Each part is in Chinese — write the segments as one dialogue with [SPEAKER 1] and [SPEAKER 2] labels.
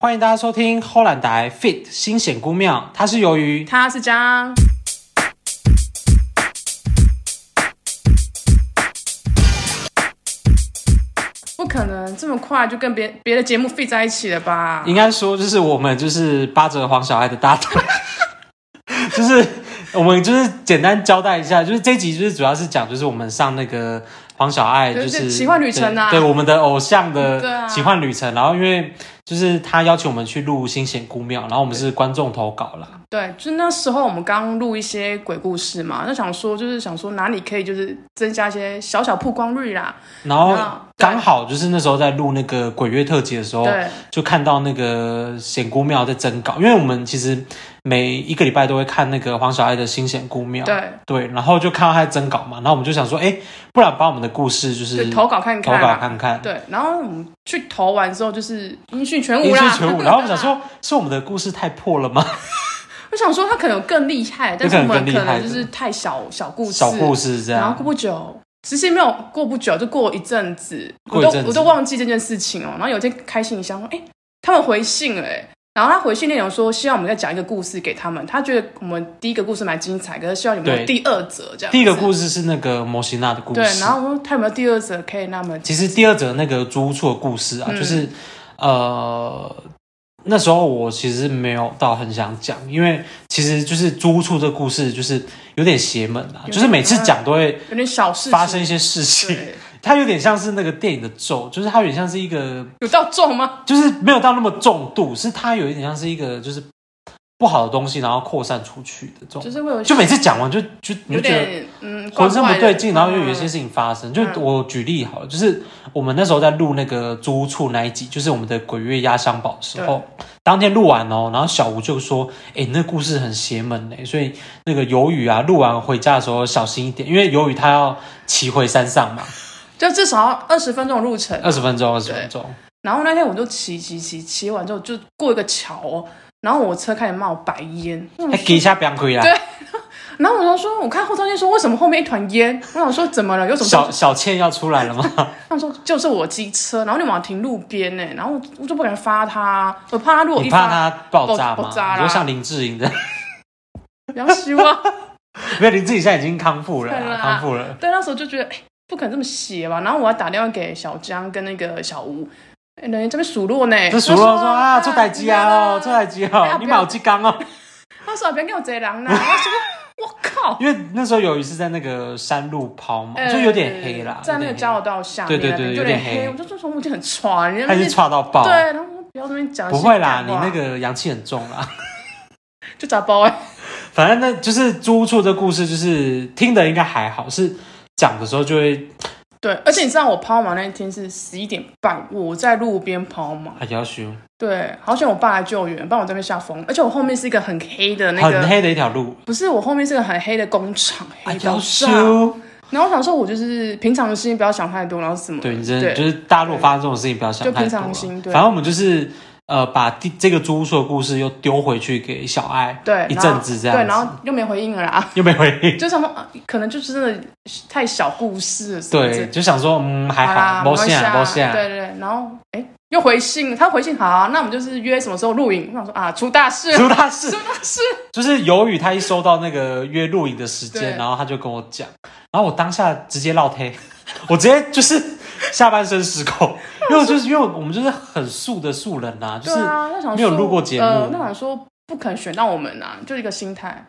[SPEAKER 1] 欢迎大家收听后兰台 Fit 新显姑庙，它是由于
[SPEAKER 2] 他是张，不可能这么快就跟别别的节目 fit 在一起了吧？
[SPEAKER 1] 应该说就是我们就是扒着黄小爱的大腿， 就是我们就是简单交代一下，就是这集就是主要是讲就是我们上那个黄小爱
[SPEAKER 2] 对
[SPEAKER 1] 就
[SPEAKER 2] 这
[SPEAKER 1] 是
[SPEAKER 2] 奇幻旅程啊
[SPEAKER 1] 对对我们的偶像
[SPEAKER 2] 对
[SPEAKER 1] 的
[SPEAKER 2] 啊
[SPEAKER 1] 奇幻旅程，然后因为就是他邀请我们去录新显姑庙，然后我们是观众投稿啦，
[SPEAKER 2] 对，就那时候我们刚录一些鬼故事嘛，那想说就是想说哪里可以就是增加一些小小曝光率啦。
[SPEAKER 1] 然后
[SPEAKER 2] 啊对
[SPEAKER 1] 刚好就是那时候在录那个鬼月特辑的时候，
[SPEAKER 2] 对
[SPEAKER 1] 就看到那个显姑庙在征稿，因为我们其实每一个礼拜都会看那个黄小爱的新显姑庙，
[SPEAKER 2] 对，
[SPEAKER 1] 然后就看到他在征稿嘛，然后我们就想说，哎，不然把我们的故事就是
[SPEAKER 2] 就投稿看
[SPEAKER 1] 投
[SPEAKER 2] 看啦。
[SPEAKER 1] 稿看看，
[SPEAKER 2] 对，然后我们去投完之后就是音讯全无
[SPEAKER 1] 音
[SPEAKER 2] 啦，
[SPEAKER 1] 讯全无。然后我们想，说，是我们的故事太破了吗？
[SPEAKER 2] 我想说他可能有更厉害，但是
[SPEAKER 1] 有
[SPEAKER 2] 我
[SPEAKER 1] 可能
[SPEAKER 2] 们
[SPEAKER 1] 更厉
[SPEAKER 2] 可
[SPEAKER 1] 害
[SPEAKER 2] 能
[SPEAKER 1] 的
[SPEAKER 2] 就是太小小故事，
[SPEAKER 1] 小故事这
[SPEAKER 2] 然后
[SPEAKER 1] 样
[SPEAKER 2] 过，不久，其实没有过不久，就过一阵子，
[SPEAKER 1] 过
[SPEAKER 2] 我
[SPEAKER 1] 一
[SPEAKER 2] 都
[SPEAKER 1] 阵子
[SPEAKER 2] 我都忘记这件事情哦。然后有一天开信箱说，哎、他们回信了、哎，然后他回信内容说，希望我们再讲一个故事给他们，他觉得我们第一个故事蛮精彩，可是希望你们有
[SPEAKER 1] 对
[SPEAKER 2] 第二则这样。
[SPEAKER 1] 第一个
[SPEAKER 2] 事
[SPEAKER 1] 故事是那个摩西娜的故事，
[SPEAKER 2] 对，然后我说他有没有第二则可以让他们
[SPEAKER 1] 其实第二则那个租屋处的故事
[SPEAKER 2] 嗯
[SPEAKER 1] 啊，就是呃，那时候我其实没有到很想讲，因为其实就是租屋处这故事就是有点邪门啊，
[SPEAKER 2] 有点嗯
[SPEAKER 1] 就是每次讲都会
[SPEAKER 2] 有点小事情
[SPEAKER 1] 发生一些事情，
[SPEAKER 2] 对，
[SPEAKER 1] 它有点像是那个电影的咒，就是它有点像是一个，
[SPEAKER 2] 有到重吗？
[SPEAKER 1] 就是没有到那么重度，是它有一点像是一个就是不好的东西，然后扩散出去的这种。
[SPEAKER 2] 就是会有
[SPEAKER 1] 就每次讲完就就你
[SPEAKER 2] 有
[SPEAKER 1] 就觉得
[SPEAKER 2] 点嗯
[SPEAKER 1] 浑身不对劲，然后又有一
[SPEAKER 2] 一
[SPEAKER 1] 些事情发生。就
[SPEAKER 2] 嗯
[SPEAKER 1] 我举例好了，就是我们那时候在录那个租屋处那一集，就是我们的鬼月压箱宝的时候，当天录完哦，然后小吴就说：“哎、你那故事很邪门哎、所以那个鱿鱼啊，录完回家的时候小心一点，因为鱿鱼它要骑回山上嘛，
[SPEAKER 2] 就至少二十分钟的路程，
[SPEAKER 1] 二十分钟，二十分钟。
[SPEAKER 2] 然后那天我就骑骑骑骑完之后就过一个桥哦，然后我车开始冒白烟，我想
[SPEAKER 1] 哎，
[SPEAKER 2] 说
[SPEAKER 1] 给一下表亏啦，
[SPEAKER 2] 然后我就说，我看后照镜说为什么后面一团烟？我想说怎么了？有什么
[SPEAKER 1] 小
[SPEAKER 2] 东西？
[SPEAKER 1] 小倩要出来了吗？
[SPEAKER 2] 他说就是我机车，然后你往停路边呢，然后我就不敢发他， 我怕他如果
[SPEAKER 1] 你
[SPEAKER 2] 一
[SPEAKER 1] 怕它
[SPEAKER 2] 发，
[SPEAKER 1] 爆炸吗
[SPEAKER 2] 爆？炸啦
[SPEAKER 1] 你说像林志颖的，
[SPEAKER 2] 不要希望。
[SPEAKER 1] 没有林志颖现在已经康复了
[SPEAKER 2] 对
[SPEAKER 1] 啦，
[SPEAKER 2] 啦
[SPEAKER 1] 康复了。”
[SPEAKER 2] 对，那时候就觉得哎，不可能这么邪吧？然后我还打电话给小江跟那个小吴，哎，人家这边数落呢，
[SPEAKER 1] 这熟了
[SPEAKER 2] 我
[SPEAKER 1] 说啊，出代机啊哦，出代机
[SPEAKER 2] 哎
[SPEAKER 1] 哦
[SPEAKER 2] 呀，
[SPEAKER 1] 你
[SPEAKER 2] 不要
[SPEAKER 1] 买几缸哦？
[SPEAKER 2] 他说啊不要给我贼狼啦，然后我说我靠，
[SPEAKER 1] 因为那时候有一次在那个山路抛嘛，就有点黑啦，
[SPEAKER 2] 嗯呃在那个交
[SPEAKER 1] 胶，
[SPEAKER 2] 流道下
[SPEAKER 1] 对
[SPEAKER 2] 面
[SPEAKER 1] 对
[SPEAKER 2] 那边
[SPEAKER 1] 对有
[SPEAKER 2] 就有
[SPEAKER 1] 点
[SPEAKER 2] 点
[SPEAKER 1] 黑
[SPEAKER 2] 黑，我就这种我就很喘，人
[SPEAKER 1] 他
[SPEAKER 2] 家
[SPEAKER 1] 已经
[SPEAKER 2] 是
[SPEAKER 1] 差到爆
[SPEAKER 2] 对，。然后不要这边讲一些
[SPEAKER 1] 不会啦，
[SPEAKER 2] 干
[SPEAKER 1] 你
[SPEAKER 2] 话
[SPEAKER 1] 那个阳气很重啦。
[SPEAKER 2] 就砸包哎、
[SPEAKER 1] 反正那就是租屋处这故事，就是听的应该还好，是讲的时候就会
[SPEAKER 2] 对，而且你知道我抛锚那一天是十一点半，我在路边抛锚。
[SPEAKER 1] 很哎要求，
[SPEAKER 2] 对，好险我爸来救援，不然我这边下风。而且我后面是一个很黑的那个，
[SPEAKER 1] 很黑的一条路，哎
[SPEAKER 2] 不是我后面是个很黑的工厂，黑到
[SPEAKER 1] 要
[SPEAKER 2] 炸。
[SPEAKER 1] 修。
[SPEAKER 2] 然后我想说，我就是平常心，不要想太多，然后什么
[SPEAKER 1] 对，你真的就是大陆发生这种事情，不要想
[SPEAKER 2] 就
[SPEAKER 1] 太
[SPEAKER 2] 平
[SPEAKER 1] 多
[SPEAKER 2] 常
[SPEAKER 1] 了。
[SPEAKER 2] 心对
[SPEAKER 1] 反正我们就是呃，把第这个租屋处的故事又丢回去给小爱，
[SPEAKER 2] 对
[SPEAKER 1] 一
[SPEAKER 2] 然后
[SPEAKER 1] 阵子这样
[SPEAKER 2] 对，
[SPEAKER 1] 子
[SPEAKER 2] 然后又没回应了啦，
[SPEAKER 1] 又没回应。
[SPEAKER 2] 就想说、啊可能就是真的太小故事了，什么之类
[SPEAKER 1] 对，
[SPEAKER 2] 的，
[SPEAKER 1] 就想说，嗯，还
[SPEAKER 2] 好啦，
[SPEAKER 1] 好，
[SPEAKER 2] 没
[SPEAKER 1] 没
[SPEAKER 2] 关
[SPEAKER 1] 事
[SPEAKER 2] 系啊
[SPEAKER 1] 啊，没事啊。
[SPEAKER 2] 对对对，然后哎又回信了，他回信好啊、那我们就是约什么时候录影？我想说啊，出大事了，
[SPEAKER 1] 出大事
[SPEAKER 2] 出，大事了。
[SPEAKER 1] 就是由于他一收到那个约录影的时间，
[SPEAKER 2] 对
[SPEAKER 1] 然后他就跟我讲，然后我当下直接落黑， 我直接就是下半身失控， 因为我就是因为我们就是很素的素人呐、就
[SPEAKER 2] 对
[SPEAKER 1] 是
[SPEAKER 2] 啊，那想
[SPEAKER 1] 没有
[SPEAKER 2] 说
[SPEAKER 1] 录过节
[SPEAKER 2] 呃
[SPEAKER 1] 目，
[SPEAKER 2] 那想说不肯选到我们啊，就是一个心态。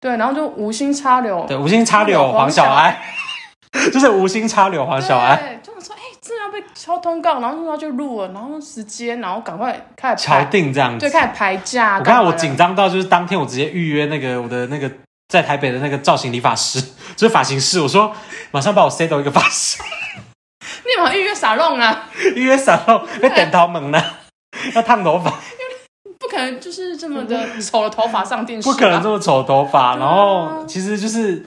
[SPEAKER 2] 对，然后就无心插柳，
[SPEAKER 1] 对，无心插柳黄
[SPEAKER 2] 黄
[SPEAKER 1] 小
[SPEAKER 2] 小
[SPEAKER 1] 安， 就是无心插柳黄
[SPEAKER 2] 对，
[SPEAKER 1] 小安，
[SPEAKER 2] 就想说，哎、真的要被敲通告，然后就要去录了，然后时间，然后赶快开始
[SPEAKER 1] 敲
[SPEAKER 2] 排，
[SPEAKER 1] 定这样子
[SPEAKER 2] 对，。开始排假。
[SPEAKER 1] 我看
[SPEAKER 2] 干嘛
[SPEAKER 1] 我
[SPEAKER 2] 的
[SPEAKER 1] 紧，张到，就是当天我直接预约那个我的那个在台北的那个造型理发师， 就是发型师，我说马上把我塞到一个发型。
[SPEAKER 2] 你马上预约傻弄啊，
[SPEAKER 1] 预约散后被点头门 了，要烫头发，
[SPEAKER 2] 不可能就是这么 的丑的头发上电视、
[SPEAKER 1] 不
[SPEAKER 2] 啊，
[SPEAKER 1] 可能这么丑头发。
[SPEAKER 2] 对啊
[SPEAKER 1] 然后其实就是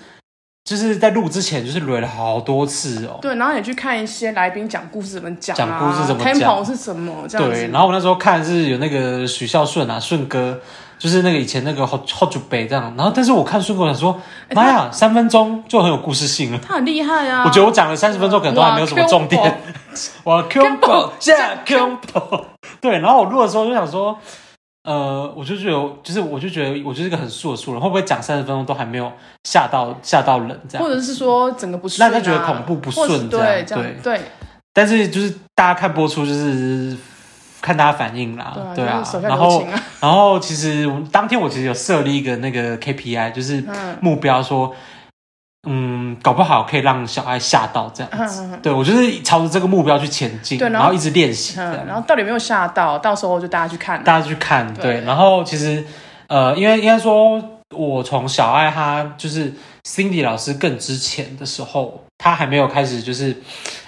[SPEAKER 1] 就是在录之前就是捋了好多次哦。
[SPEAKER 2] 对，然后也去看一些来宾讲故事怎么讲、啊，
[SPEAKER 1] 讲故事怎么讲
[SPEAKER 2] tempo 是什么这样子。
[SPEAKER 1] 啊对，然后我那时候看是有那个许孝顺啊，顺哥，就是那个以前那个 hot hot 杯这样。然后，但是我看顺口想说，
[SPEAKER 2] 哎
[SPEAKER 1] 妈呀，三分钟就很有故事性了。
[SPEAKER 2] 他很厉害啊！
[SPEAKER 1] 我觉得我讲了三十分钟，可能都还没有什么重
[SPEAKER 2] 哇
[SPEAKER 1] 点。 我 combo
[SPEAKER 2] 加
[SPEAKER 1] 加 combo，对。然后我录的时候就想说，呃，我就觉得，就是我就觉得我就是一个很素的素人，会不会讲三十分钟都还没有吓到吓到人这
[SPEAKER 2] 或
[SPEAKER 1] 样？
[SPEAKER 2] 者是说整个不顺、啊，
[SPEAKER 1] 让人家觉得恐怖不顺
[SPEAKER 2] 或者对，
[SPEAKER 1] 这
[SPEAKER 2] 这
[SPEAKER 1] 样啊
[SPEAKER 2] 样对
[SPEAKER 1] 但是就是大家看播出就是。看大家反应啦，对
[SPEAKER 2] 对啊，
[SPEAKER 1] 啊
[SPEAKER 2] 就是，手下
[SPEAKER 1] 然
[SPEAKER 2] 留
[SPEAKER 1] 后
[SPEAKER 2] 情啊，
[SPEAKER 1] 然后其实我当天我其实有设立一个那个 KPI，就是
[SPEAKER 2] 嗯
[SPEAKER 1] 目标说，嗯，搞不好可以让小孩吓到这样子。
[SPEAKER 2] 嗯嗯
[SPEAKER 1] 对我就是朝着这个目标去前进，
[SPEAKER 2] 对然
[SPEAKER 1] 然
[SPEAKER 2] 后
[SPEAKER 1] 后一直练习，这
[SPEAKER 2] 嗯，然
[SPEAKER 1] 样
[SPEAKER 2] 后到底有没有吓到？到时候就大家去看，
[SPEAKER 1] 大家去看。对，
[SPEAKER 2] 对
[SPEAKER 1] 然后其实呃，因为应该说，我从小爱她就是 Cindy 老师更之前的时候，她还没有开始就是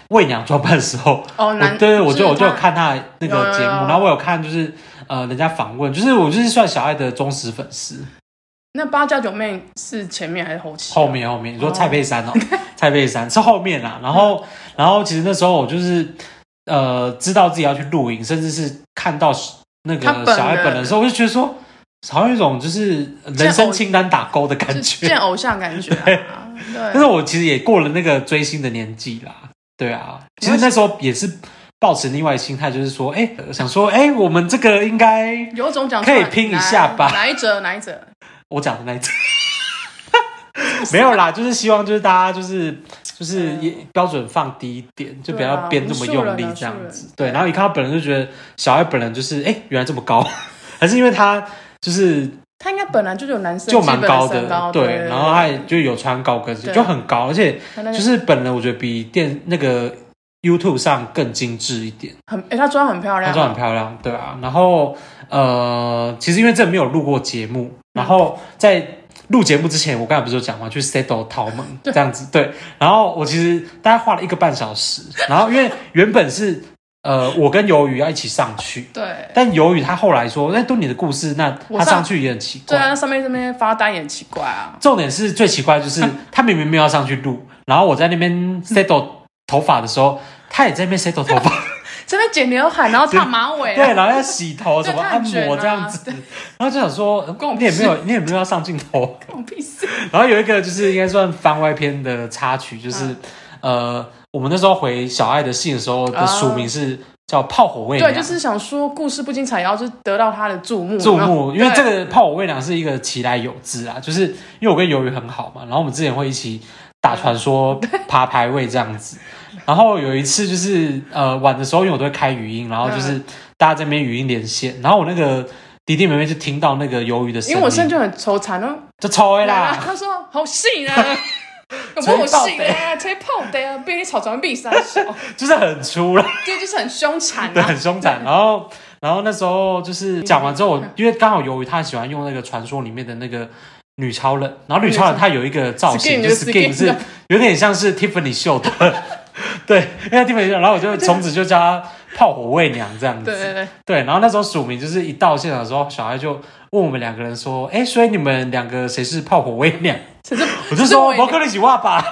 [SPEAKER 1] 喂娘装扮的时候，
[SPEAKER 2] 哦，
[SPEAKER 1] 我
[SPEAKER 2] 男
[SPEAKER 1] 对，我就我就有，
[SPEAKER 2] 是嗯
[SPEAKER 1] 看他的那个
[SPEAKER 2] 有有
[SPEAKER 1] 节目，
[SPEAKER 2] 有
[SPEAKER 1] 然后我有看就是呃人家访问，就是我就是算小爱的忠实粉丝。
[SPEAKER 2] 那八加九妹是前面还是后期？
[SPEAKER 1] 后面后面，你说
[SPEAKER 2] 哦
[SPEAKER 1] 蔡佩珊哦， 蔡佩珊是后面啊啦。然
[SPEAKER 2] 嗯
[SPEAKER 1] 后然后其实那时候我就是呃知道自己要去录影，甚至是看到那
[SPEAKER 2] 他
[SPEAKER 1] 个
[SPEAKER 2] 本人
[SPEAKER 1] 小爱本人的时候，我就觉得说好像有一种就是人生清单打勾的感
[SPEAKER 2] 是
[SPEAKER 1] 觉
[SPEAKER 2] 见。偶像感觉啊，
[SPEAKER 1] 但是
[SPEAKER 2] 对，
[SPEAKER 1] 我其实也过了那个追星的年纪啦，对啊，其实那时候也是抱持另外的心态，就是说，哎、想说，哎、我们这个应该
[SPEAKER 2] 有种讲出
[SPEAKER 1] 可
[SPEAKER 2] 来
[SPEAKER 1] 以拼一下吧
[SPEAKER 2] 哪哪一折哪一折？
[SPEAKER 1] 我讲的那一种。 没有啦，就是希望就是大家就是就是也标准放低一点，就不要变这么用力这样子。对，然后一看到本人就觉得小爱本人就是哎、原来这么高， 还是因为他就是
[SPEAKER 2] 他应该本来就有男生
[SPEAKER 1] 就蛮高
[SPEAKER 2] 基本
[SPEAKER 1] 的，
[SPEAKER 2] 身高
[SPEAKER 1] 对，然后他也就有穿高跟鞋，
[SPEAKER 2] 对哎
[SPEAKER 1] 就很高，而且
[SPEAKER 2] 他那个
[SPEAKER 1] 就是本人我觉得比电那个 YouTube 上更精致一点，
[SPEAKER 2] 很，哎、她妆很漂
[SPEAKER 1] 她
[SPEAKER 2] 亮啊，
[SPEAKER 1] 妆很漂亮，对啊。然后呃，其实因为这没有录过节目，然后在录节目之前，我刚才不是有讲嘛，去 settle 桃门这样子，对。然后我其实大概花了一个半小时，然后因为原本是呃我跟鱿鱼要一起上去，
[SPEAKER 2] 对。
[SPEAKER 1] 但鱿鱼他后来说，那都你的故事，那
[SPEAKER 2] 我
[SPEAKER 1] 他
[SPEAKER 2] 上
[SPEAKER 1] 上去也很奇
[SPEAKER 2] 对
[SPEAKER 1] 怪，
[SPEAKER 2] 啊，上面这边发呆也很奇怪啊。
[SPEAKER 1] 重点是最奇怪的就是 他明明没有要上去录，然后我在那边 settle 头发的时候，他也在那边 settle 头发，
[SPEAKER 2] 这边剪刘海，然后烫马尾、
[SPEAKER 1] 对，
[SPEAKER 2] 啊，
[SPEAKER 1] 然后要洗头 什么
[SPEAKER 2] 对他
[SPEAKER 1] 按
[SPEAKER 2] 很卷啊
[SPEAKER 1] 摩这样子，然后就想说
[SPEAKER 2] 关我，
[SPEAKER 1] 你也
[SPEAKER 2] 屁事
[SPEAKER 1] 没有你也没有要上镜头。
[SPEAKER 2] 关我屁事。
[SPEAKER 1] 然后有一个就是应该算番外篇的插曲，就是
[SPEAKER 2] 嗯
[SPEAKER 1] 呃，我们那时候回小爱的信的时候的署名是叫炮火味娘，
[SPEAKER 2] 哦对，就是想说故事不精彩，也要就是得到他的注目。
[SPEAKER 1] 注
[SPEAKER 2] 然后
[SPEAKER 1] 目，因为这
[SPEAKER 2] 对
[SPEAKER 1] 个炮火味娘是一个其来有之啊，就是因为我跟鱿鱼很好嘛，然后我们之前会一起打传说、爬排位这样 子。然后有一次就是呃晚的时候，因为我都会开语音，然后就是
[SPEAKER 2] 嗯
[SPEAKER 1] 大家这边语音连线，然后我那个弟弟妹妹就听到那个鱿鱼的声音，
[SPEAKER 2] 因为我现在就很愁惨哦。
[SPEAKER 1] 就抽了
[SPEAKER 2] 然后
[SPEAKER 1] 啦，
[SPEAKER 2] 他说 好信啊，我不好信啊，吹泡的啊，被你吵成必三 小，
[SPEAKER 1] 就是很粗啦，
[SPEAKER 2] 这就是很凶残
[SPEAKER 1] 对，
[SPEAKER 2] 啊。
[SPEAKER 1] 很凶残。然后然后那时候就是讲完之后，
[SPEAKER 2] 嗯
[SPEAKER 1] 我因为刚好鱿鱼他喜欢用那个传说里面的那个。女超人，然后女超人她有一个造型，
[SPEAKER 2] Skin，
[SPEAKER 1] 就是 skin
[SPEAKER 2] skin
[SPEAKER 1] 是有点像是 Tiffany 秀的， 对，因为 Tiffany 秀，然后我就从此就叫她炮火卫娘这样子，
[SPEAKER 2] 对对对，
[SPEAKER 1] 对，然后那时候署名就是一到现场的时候，小孩就问我们两个人说：“哎，所以你们两个谁是炮火微娘
[SPEAKER 2] 只是？”
[SPEAKER 1] 我就
[SPEAKER 2] 只是
[SPEAKER 1] 说
[SPEAKER 2] 我：“
[SPEAKER 1] 伯克利洗袜吧。”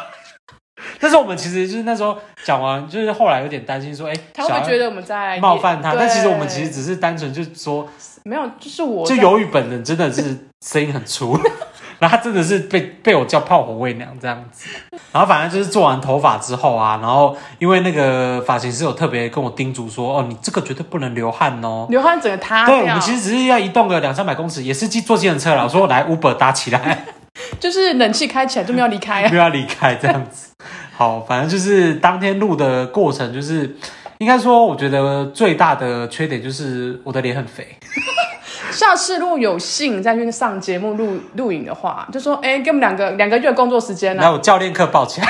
[SPEAKER 1] 但是我们其实就是那时候讲完，就是后来有点担心说：“哎，
[SPEAKER 2] 他会不
[SPEAKER 1] 小
[SPEAKER 2] 会
[SPEAKER 1] 孩
[SPEAKER 2] 觉得我们在
[SPEAKER 1] 冒犯他？”
[SPEAKER 2] 对
[SPEAKER 1] 但其实我们其实只是单纯就是说，
[SPEAKER 2] 没有，就是我
[SPEAKER 1] 就
[SPEAKER 2] 在
[SPEAKER 1] 由于本人真的是声音很粗， 然后他真的是被被我叫炮火喂娘这样子。然后反正就是做完头发之后啊，然后因为那个发型师有特别跟我叮嘱说：“哦，你这个绝对不能流汗哦。”
[SPEAKER 2] 流汗整个塌
[SPEAKER 1] 对，我们
[SPEAKER 2] 掉，
[SPEAKER 1] 其实只是要移动个两三百公尺，也是坐坐计程车啦。我说来 Uber 搭起来，
[SPEAKER 2] 就是冷气开起来就没有离开啊
[SPEAKER 1] 不。要离开这样子。好，反正就是当天录的过程，就是应该说，我觉得最大的缺点就是我的脸很肥。
[SPEAKER 2] 下次如果有幸再去上节目录录影的话，就说哎、给我们两个两个月工作时间呢、
[SPEAKER 1] 然后我教练课抱起来，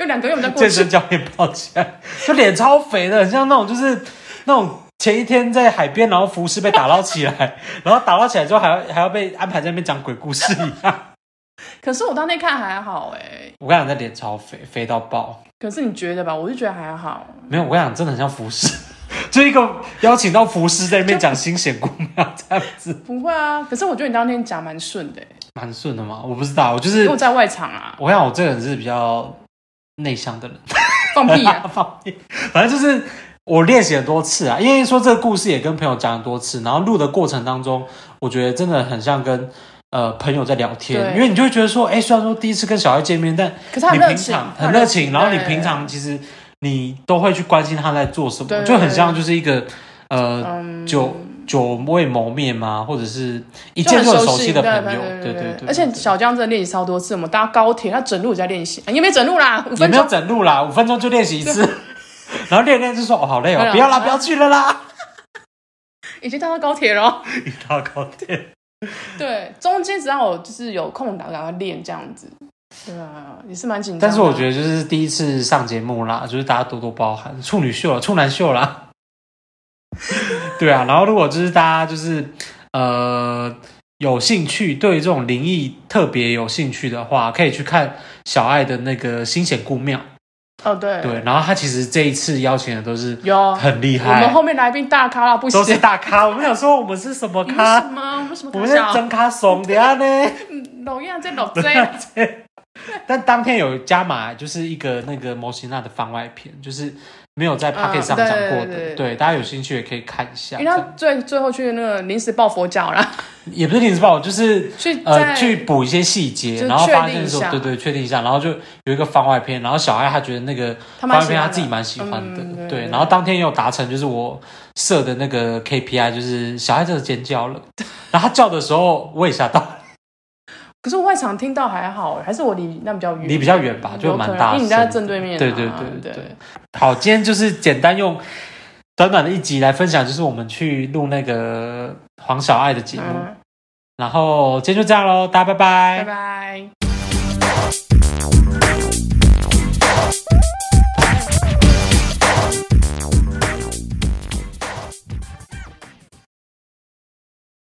[SPEAKER 2] 有两个月我们再过
[SPEAKER 1] 健
[SPEAKER 2] 去
[SPEAKER 1] 身。教练抱起来，就脸超肥的，很像那种就是那种前一天在海边，然后服饰被打捞起 来，然后打捞起来之后还要还要被安排在那边讲鬼故事一 样。
[SPEAKER 2] 可是我当天看还好哎、
[SPEAKER 1] 我跟你讲，那脸超肥，肥到爆。
[SPEAKER 2] 可是你觉得吧？我就觉得还好，
[SPEAKER 1] 没有，我跟你讲，真的很像服饰， 就一个邀请到服饰在那边讲新鲜姑娘这样子，
[SPEAKER 2] 不会啊。可是我觉得你当天讲蛮顺的、欸，
[SPEAKER 1] 蛮顺的嘛。我不知道，我就是
[SPEAKER 2] 因为我在外场啊，
[SPEAKER 1] 我跟你讲，我这个人是比较内向的人，
[SPEAKER 2] 放屁啊！
[SPEAKER 1] 放屁，反正就是我练习很多次啊，因为说这个故事也跟朋友讲很多次，然后录的过程当中，我觉得真的很像跟呃朋友在聊天，
[SPEAKER 2] 对
[SPEAKER 1] 因为你就会觉得说，哎、虽然说第一次跟小孩见面，但
[SPEAKER 2] 可是他
[SPEAKER 1] 你
[SPEAKER 2] 很热
[SPEAKER 1] 平
[SPEAKER 2] 情
[SPEAKER 1] 常，
[SPEAKER 2] 他
[SPEAKER 1] 很热情，然后你
[SPEAKER 2] 对
[SPEAKER 1] 平常其实你都会去关心他在做什么，
[SPEAKER 2] 对
[SPEAKER 1] 就很像就是一个呃
[SPEAKER 2] 嗯，
[SPEAKER 1] 久久未谋面嘛，或者是一
[SPEAKER 2] 一
[SPEAKER 1] 见就很熟悉的朋友，对
[SPEAKER 2] 对
[SPEAKER 1] 对对。
[SPEAKER 2] 而且小江真的练习超多次，我们搭高铁，他整路也在练习，哎你也没整路啦，五
[SPEAKER 1] 也
[SPEAKER 2] 分
[SPEAKER 1] 没有
[SPEAKER 2] 钟。
[SPEAKER 1] 整路啦，五分钟就练习一次， 然后练一练就说哦好累哦，
[SPEAKER 2] 对啊
[SPEAKER 1] 不要啦，不要去了啦，
[SPEAKER 2] 已经搭到高铁了哦。
[SPEAKER 1] 一到高铁。
[SPEAKER 2] 对，中间只要我就是有空档，赶快练这样子。对啊，也是蛮 紧张的。
[SPEAKER 1] 但是我觉
[SPEAKER 2] 得
[SPEAKER 1] 得就是第一次上节目啦，就是大家多多包涵，处女秀了，处男秀啦。 对啊，然后如果就是大家就是呃有兴趣，对于这种灵异特别有兴趣的话，可以去看小爱的那个新显故庙。
[SPEAKER 2] 哦，对
[SPEAKER 1] 对，然后他其实这一次邀请的都是
[SPEAKER 2] 有我
[SPEAKER 1] 很厉
[SPEAKER 2] 们
[SPEAKER 1] 害，
[SPEAKER 2] 后面来宾大咖啦，不行
[SPEAKER 1] 都，是大咖。我们想说我们是什么
[SPEAKER 2] 你们什
[SPEAKER 1] 咖？
[SPEAKER 2] 么？我们什么
[SPEAKER 1] 我
[SPEAKER 2] 大
[SPEAKER 1] 们是
[SPEAKER 2] 小？
[SPEAKER 1] 真咖怂的呀呢。
[SPEAKER 2] 老样在 老 追。
[SPEAKER 1] 但当天有加码，就是一个那个摩西娜的番外篇，就是没有在 p o c k e t 上讲过
[SPEAKER 2] 嗯对
[SPEAKER 1] 的。
[SPEAKER 2] 对对
[SPEAKER 1] 对，大家有兴趣也可以看一下
[SPEAKER 2] 因为。他
[SPEAKER 1] 这样
[SPEAKER 2] 最最后去那个临时抱佛脚啦，
[SPEAKER 1] 也不是临时抱，就是
[SPEAKER 2] 去在
[SPEAKER 1] 呃去补一些细
[SPEAKER 2] 就
[SPEAKER 1] 节，
[SPEAKER 2] 是
[SPEAKER 1] 然后发
[SPEAKER 2] 确定
[SPEAKER 1] 现
[SPEAKER 2] 一
[SPEAKER 1] 说
[SPEAKER 2] 下
[SPEAKER 1] 对对，确定一下，然后就有一个番外篇，然后小爱他觉得那个番
[SPEAKER 2] 他蛮
[SPEAKER 1] 外
[SPEAKER 2] 喜
[SPEAKER 1] 篇
[SPEAKER 2] 欢
[SPEAKER 1] 他
[SPEAKER 2] 的
[SPEAKER 1] 自己蛮喜欢的，
[SPEAKER 2] 嗯对
[SPEAKER 1] 对。
[SPEAKER 2] 对
[SPEAKER 1] 然后当天也有达成，就是我设的那个 KPI，就是小爱真的尖叫 了，然后他叫的时候我也吓到。
[SPEAKER 2] 可是我外场听到还好，欸还是我离那比较远，
[SPEAKER 1] 离比较远吧就
[SPEAKER 2] 嗯有可
[SPEAKER 1] 蛮
[SPEAKER 2] 能
[SPEAKER 1] 大
[SPEAKER 2] 因为你
[SPEAKER 1] 声
[SPEAKER 2] 在
[SPEAKER 1] 的
[SPEAKER 2] 正对面啊、
[SPEAKER 1] 对对对
[SPEAKER 2] 对
[SPEAKER 1] 对好，今天就是简单用短短的一集来分享，就是我们去录那个黄小爱的节目。
[SPEAKER 2] 嗯，
[SPEAKER 1] 然后今天就这样喽，大家拜拜
[SPEAKER 2] 拜拜。